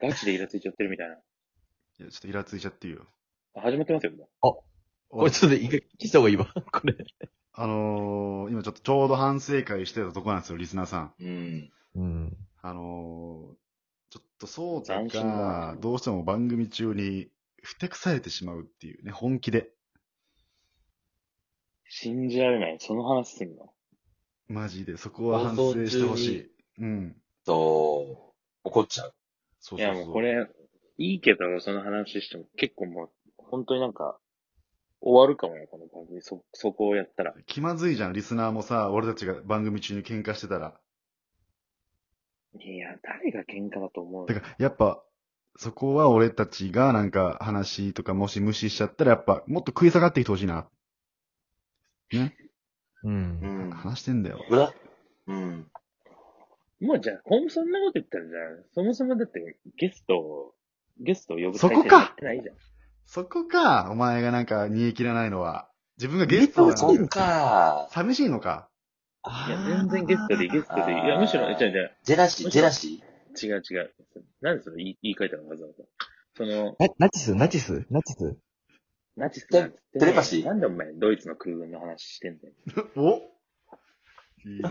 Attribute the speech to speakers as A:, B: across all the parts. A: ガチでイラついちゃってるみたいな。
B: いや、ちょっとイラついちゃっていいよ。
A: あ始まってますよ、も
B: お
C: これちょっと一回消した方がいいわ。これ。
B: あのー、今ちょっとちょうど反省会してたとこなんですよ、リスナーさん。
A: う。うん。
C: うん。
B: あのー、ちょっとそうた
A: 斬新だ
B: が
A: な、
B: どうしても番組中に、ふてくされてしまうっていうね、本気で。
A: 信じられない。その話すんの。
B: マジで、そこは反省してほしい。うん。
D: と、怒っちゃう。
B: そうそうそう。
A: いや、もうこ。れ、いいけど、その話しても、結構もう、本当になんか、終わるかもよ、この番組。そ、そこをやったら。
B: 気まずいじゃん、リスナーもさ、俺たちが番組中に喧嘩してたら。
A: いや、誰が喧嘩だと思うの
B: だから、やっぱ、そこは俺たちがなんか話とかもし無視しちゃったら、やっぱ、もっと食い下がってきてほしいな。
C: う。
D: うんん。
B: 話してんだよ。
D: 無駄うん。
A: もうじゃあ、ほん、そんなこと言ったらじゃあ、そもそもだって、ゲストを、ゲストを呼ぶ
B: そこ
A: 体制に
B: か
A: なってないじゃん。
B: そこか、お前がなんか煮え切らないのは。自分がゲストだ
D: そっか。
B: 寂しいのか。
A: いや、全然ゲストでいい、ゲストでいい。いや、むしろ、
D: あ
A: 違
D: ー
A: う違う、
D: ジェラシー、ジェラシ
A: 違う違う。なんでそれ言い言い換えたのわざわざ。その、
C: なナチスナチスナチス
A: ナチス
D: テ
A: なんつってね
D: テレパシー
A: なんでお前、ドイツの空軍の話してんだよ。
B: お いいね。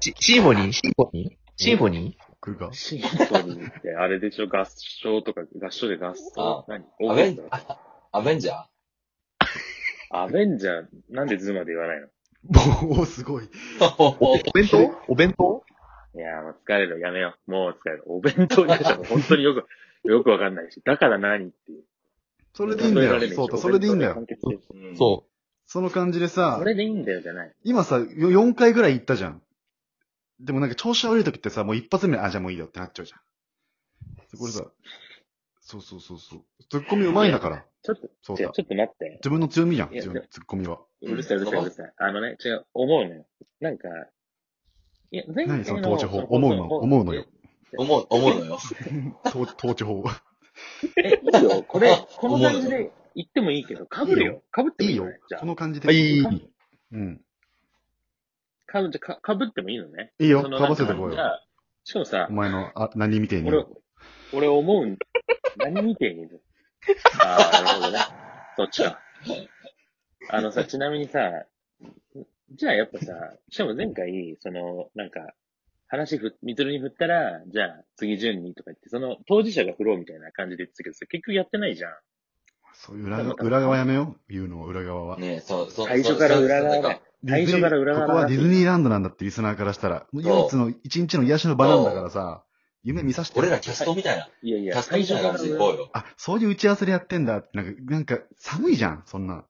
C: シシンフォニーシンフォニーシンフォニ
B: 来るか。
A: シントリーって、あれでしょ、合唱とか、合唱で合
D: あ
A: 奏。何
D: ー。
A: オー
D: ア
A: ケ
D: ベ
A: ス
D: ン
A: ト、ラ
D: あアベンジャー
A: アベンジャー、なんでズーまで言わないの
B: おお、すごい。
C: ーお弁当お弁当
A: いやー、もう疲れる、やめよう。もう疲れる。お弁当に出したら本当によく、 よくわかんないし。だから何っていう。
B: それでいいんだ
A: 例えられる
B: よ。
A: し
B: そうだ、それでいいんだ
A: お
B: よ。
A: 弁当で完結してるし
C: そ
B: その感じでさ
A: そ、れでいいんだよじゃない。
B: 今さ、4回ぐらい行ったじゃん。でもなんか調子悪い時ってさ、もう一発目、あ、じゃあもういいよってなっちゃうじゃん。これさ、そうそうそうそう。ツッコミうまいんだから。
A: ちょっと、
B: そう
A: 違う
B: だ。
A: ちょっと待って。
B: 自分の強みじゃん、
A: いや
B: 自分のツッコミは。
A: うるさい、うるさい、うるさい。あのね、違う、思うのよ。なんか、いや、前回
B: 何その統治法。
A: そ
B: 思うの、思うのよ。。
D: 思う、思うのよ。
B: 統統治法。
A: え、いいよ。これ、こ
D: 思
A: の
D: うのよ
A: 感じで言ってもいいけど、被るよ。被って
B: い
A: もい
B: い
A: い
B: よ
A: よね。じゃ。あ
B: この感じ
C: う。
B: で。
C: いい。
B: うん。
A: かぶって、かぶってもいいのね。
B: いいよ、
A: そ
B: か
A: のなん
B: ばせてこい
A: じゃ
B: よ。
A: あしかもさ
B: お、前の、あ、何見てん
A: 俺
B: の、
A: 俺思うん、何見 てんのああ、なるほどね。そっちか。あのさ、ちなみにさ、じゃあやっぱさ、しかも前回、その、なんか、話ふ、みつるに振ったら、じゃあ次順にとか言って、その当事者が振ろうみたいな感じで言ってたけどさ、結局やってないじゃん。
B: そういう裏側裏側やめよう。言うのは裏側は。
D: ねえ、そう、そう。
A: 最初から
D: そう
A: 裏側だ
D: そうそう
B: ディズ
A: 最初
B: ニー
A: から裏側
B: ここは
A: だ
B: ディズニーランドなんだってリスナーからしたら、もう唯一の一日の癒しの場なんだからさ、夢見させて。
D: 俺らキャストみたいな。
A: いやい
D: キ
A: や、
D: ャストみたいな感じで行こうよ。
B: あ、そういう打ち合わせでやってんだって、なんか、なんか、寒いじゃん、そんな。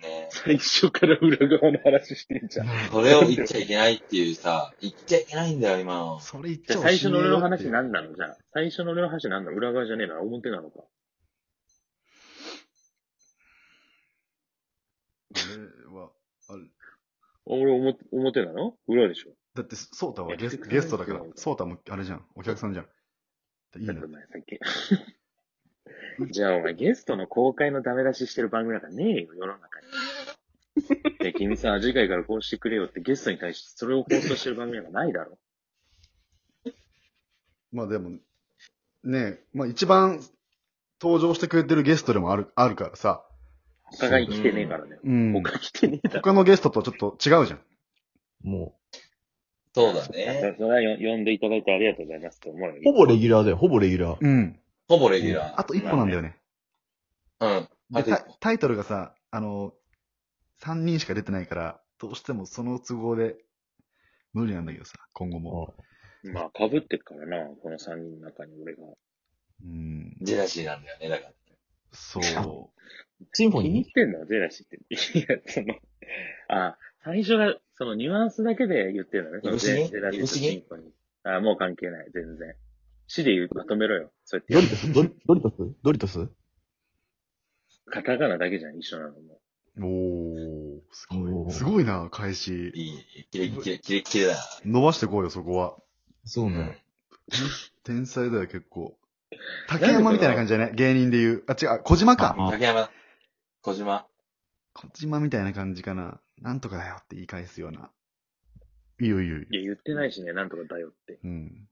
D: ね
A: 最初から裏側の話してんじゃん。
D: え。それを言っちゃいけないっていうさ、言っちゃいけないんだよ、今の。
B: それ言っ
A: じゃ
B: ちゃ
A: あ
B: お
A: 最初の俺の話
B: な。
A: 何なのじゃあ。最初の俺の話何なの裏側じゃねえな。表なのか。
B: 俺はあれ
A: 俺表、表なの裏でしょ。
B: だって、ソータはゲス
A: いや
B: ゲストだから
A: いや、
B: ソータもあれじゃん、お客さんじゃん。いい
A: だ
B: ね
A: ってお。前さっき。 じゃあお前ゲストの公開のダメ出ししてる番組なんかねえよ、世の中に。で、君さ、次回からこうしてくれよってゲストに対してそれを放送してる番組なんかないだろ。
B: まあでも、ねえ、まあ一番登場してくれてるゲストでもある、あるからさ。
A: 他が生きてねえからね。
B: うん。
A: 他来てねえだろ。
B: 他のゲストとちょっと違うじゃん。
C: も
D: そうだ
A: いや
D: ね。
A: それはよ呼んでいただいてありがとうございますと思うよ
C: う、ほぼレギュラーだよ、ほぼレギュラー。
B: うん。
D: ほぼレギュラ
B: あと一歩なんだよね。
D: ー。うん。あ
B: で
D: と
B: タ、タイトルがさ、あの、3人しか出てないから、どうしてもその都合で無理なんだけどさ、今後も。
A: まあ、被ってるからな、この3人の中に俺が。
B: うん。
D: ジェラシーなんだよね、だから。
B: そう。
C: シンフォ
A: 気に入
C: ニ
A: ってんのジェラシーって。いや、その、あ、最初が、そのニュアンスだけで言ってるのね。その
D: いぶし銀
A: ジェラシーと
D: いぶし銀
A: シンコに。あ、もう関係ない、全然。死で言う、まとめろよ。そう
C: ー
A: や
C: ド
A: っ
C: リトスドリドリトスドリトス
A: て、カタカナだけじゃん、一緒なのも。
B: おー、す
C: お
B: ご
C: ー
B: い。すごいな、開始。
D: いい、キレキレ、キレキレだな。
B: 伸ばしてこうよ、そこは。
C: そう
D: う
C: ね。
D: ん。
B: 天才だよ、結構。竹山みたいな感じだね、芸人で言う。あ、違う、あ小島か。
C: あ
D: 竹山、小島。
B: 小島みたいな感じかな。なんとかだよって言い返すような。いいよいいよいいよ。
A: いや、言ってないしね、なんとかだよって。
B: うん。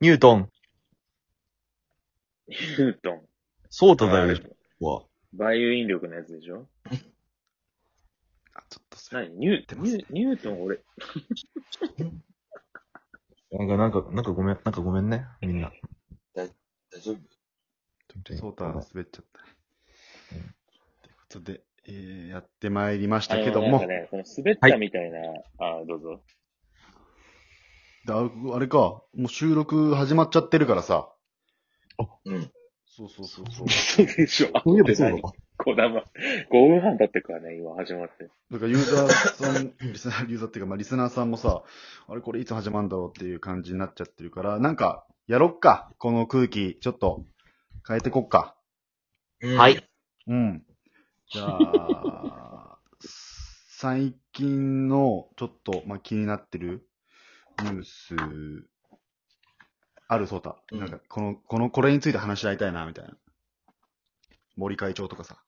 C: ニュートン。
A: ニュートン。
C: ソータだよね、は。
A: バイオ引力のやつでしょ
B: あ、ちょっとそれ。
A: 何ニュ
B: て
A: ー
B: ます
A: ニ
B: ね
A: ュニュートン俺、
C: なんか、なんか、なんかごめん、なんかごめんね、みんな。
D: 大丈夫
B: ソータ滑っちゃった。ということで、えー、やってまいりましたけど
A: あの
B: も
A: なんか、ね、この滑ったみたいな、あどうぞ。
B: だあれか、もう収録始まっちゃってるからさ。
D: うん。
B: そうそうそうそう。
A: そうでしょ。
C: そういえばそうだ
A: 何
C: わ。
A: こだま、5分半経ってからね、今始まって。
B: だからユーザーさん、リスナー、ユーザーっていうか、まあリスナーさんもさ、あれこれいつ始まるんだろうっていう感じになっちゃってるから、なんか、やろっか。この空気、ちょっと、変えてこっか。
D: うん
C: はい。
B: うん。じゃあ、 最近のちょっと、まあ、気になってるニュース、あるそうた。
D: うん
B: なんか、この、この、これについて話し合いたいな、みたいな。森会長とかさ。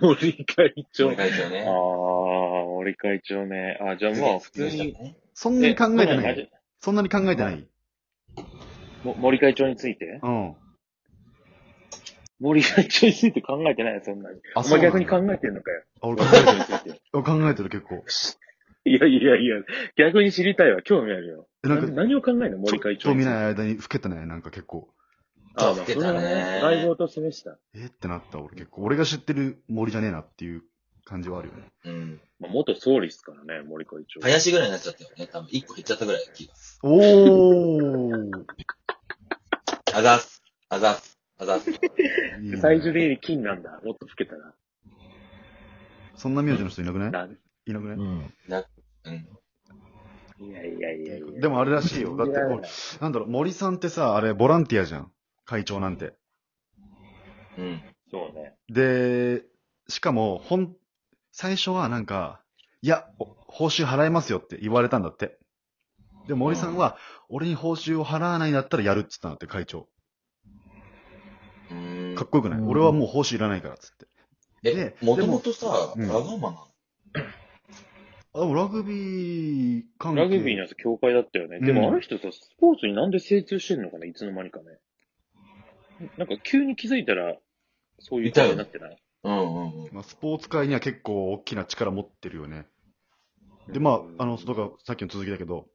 A: 森会長。
D: お
A: あ
D: 願いしますね。
A: あ、森会長ね。あ、じゃあもう普通に。
D: ね。
B: そんなに考えてな
A: え
B: い。そんなに考えてない。
A: も森会長について
B: うん。
A: 森会長について考えてないよ、そんなに。
B: あ
A: お
B: そう
A: 前
B: なん
A: 逆
B: だ
A: に考えてんのかよ。
B: あ俺
A: 森
B: 考
A: 会
B: え
A: 長
B: て
A: について。
B: る、 考えてる結構。
A: いやいやいや、逆に知りたいわ。興味あるよ。
B: えなんか
A: な何を考えるの 森会長
B: ちょっと
A: に
B: 見
A: つい
B: な
A: て。
B: い間に老けたね、なんか結構。
A: あ、ま
D: 老
A: あ、
D: け
A: そ
D: た
A: れ
D: ね
A: はね、外貌と示した。
B: えってなった、俺結構。俺が知ってる森じゃねえなっていう感じはあるよね。
D: うん。
A: まあ、元総理ですからね、森会長。
D: 林ぐらいになっちゃったよね。多分一個減っちゃったぐらい。気が
B: おー
D: あざっす。あざっす。あざっす。
B: いいね
A: 最終的に金なんだ。もっと老けたら。
B: そんな名字の人いなくない
A: ない
B: なくな
C: う
B: い、
C: ん。
D: うん。
A: いやいやいやいや。
B: でもあれらしいよ。だっ
A: 信じ
B: て
A: られ
B: こ、
A: ないう
B: なんだろう、森さんってさ、あれ、ボランティアじゃん。会長なんて。
D: うん。
A: そうね。
B: で、しかも、ほん、最初はなんか、いや、お報酬払いますよって言われたんだって。で、森さんは、俺に報酬を払わないんだったらやるっつったんだって、会長。
D: うーん
B: かっこよくない、
C: うん
B: 俺はもう報酬いらないからっつって。
D: え
B: で、
D: もともとさ、
B: でもうん
D: ラガーマンなの
B: あ、でもラグビー関係。
A: ラグビーの協会だったよね。
B: うん
A: でもあの人さ、スポーツになんで精通してんのかないつの間にかね。なんか急に気づいたら、そういう感じになってない。
D: うんうんうん。
B: まあ、スポーツ界には結構大きな力持ってるよね。で、まあ、あの、
A: そ
B: だからさっきの続きだけど、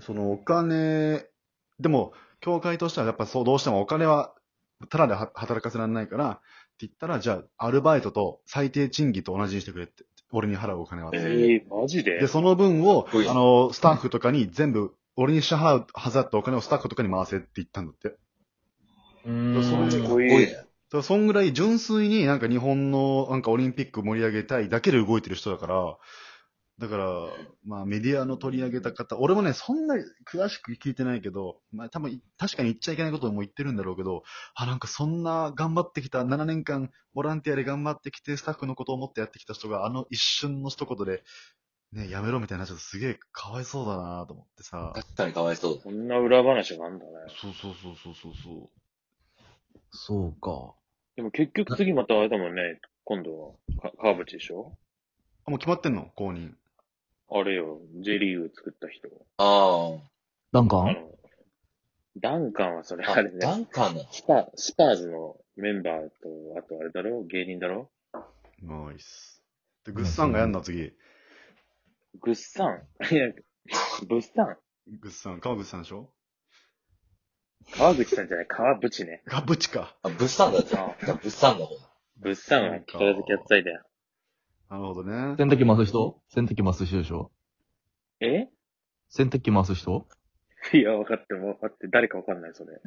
B: そのお金、でも、協会としてはやっぱそう、どうしてもお金は、ただでは働かせられないから、って言ったら、じゃあ、アルバイトと最低賃金と同じにしてくれって、俺に払うお金は。
A: え
B: で、
A: ー、マジで
B: その分を、
D: ごいね
B: あの、スタッフとかに全部、俺に支払うはずだったお金をスタッフとかに回せって言ったんだって。だか
C: うん
B: それ
A: かっ
B: で
A: こい
D: おい
A: い。
B: らそんぐらい純粋になんか日本のなんかオリンピック盛り上げたいだけで動いてる人だから、だから、まあメディアの取り上げた方、俺もね、そんなに詳しく聞いてないけど、まあ多分、確かに言っちゃいけないことも言ってるんだろうけど、あ、なんかそんな頑張ってきた、7年間ボランティアで頑張ってきて、スタッフのことを思ってやってきた人が、あの一瞬の一言で、ね、やめろみたいな、ちょっとすげえかわいそうだなと思ってさ。
D: 確かにかわいそう
A: こんな裏話があんだね。
B: そうそうそうそうそうそう。
C: そうか。
A: でも結局次またあれだもんね、今度は、か川淵でしょ
B: あ、もう決まってんの公認。
A: あれよ、J リーグ作った人。
D: だ。あ
C: なんか
A: あの、ダンカンはそれ
D: あ。
A: あ
D: あ
A: れ、ね
D: ダ。ンカーなの
A: スパ、スパーズのメンバーと、あとあれだろ芸人だろ
B: ナイス。で、グッサンがやんな、次。
A: グッサン。いや、ブッサン。
B: グッサン、川口さんでしょ
A: 川口さんじゃない、川淵ね。
B: が、ブチか。
D: あ、物産だって。
A: あ
D: じゃあ物産の方だ。
A: 物産は北川キャッツアイだよ。
B: なるほどね。
C: 洗濯機回す人洗濯機回す人でしょ
A: え
C: 洗濯機回す人
A: いや、分かっても、分かって、誰か分かんない、それ。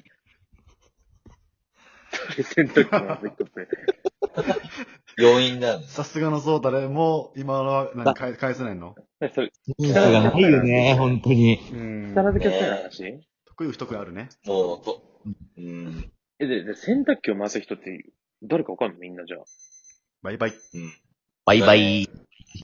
A: 誰選択肢まず一つ
D: 要因だよね。
B: さすがのそうだね。もう、今のは何、返返せないの
A: で。 それ、
C: センスがないよね、本当に。
B: うん
A: 北川キャッツアイの話、
B: 得意不得意あるね。
D: もう、と、うん。
A: え、で、で、洗濯機を回す人って、誰か分かんないみんなじゃあ。
B: バイバイ。
C: バイバイ。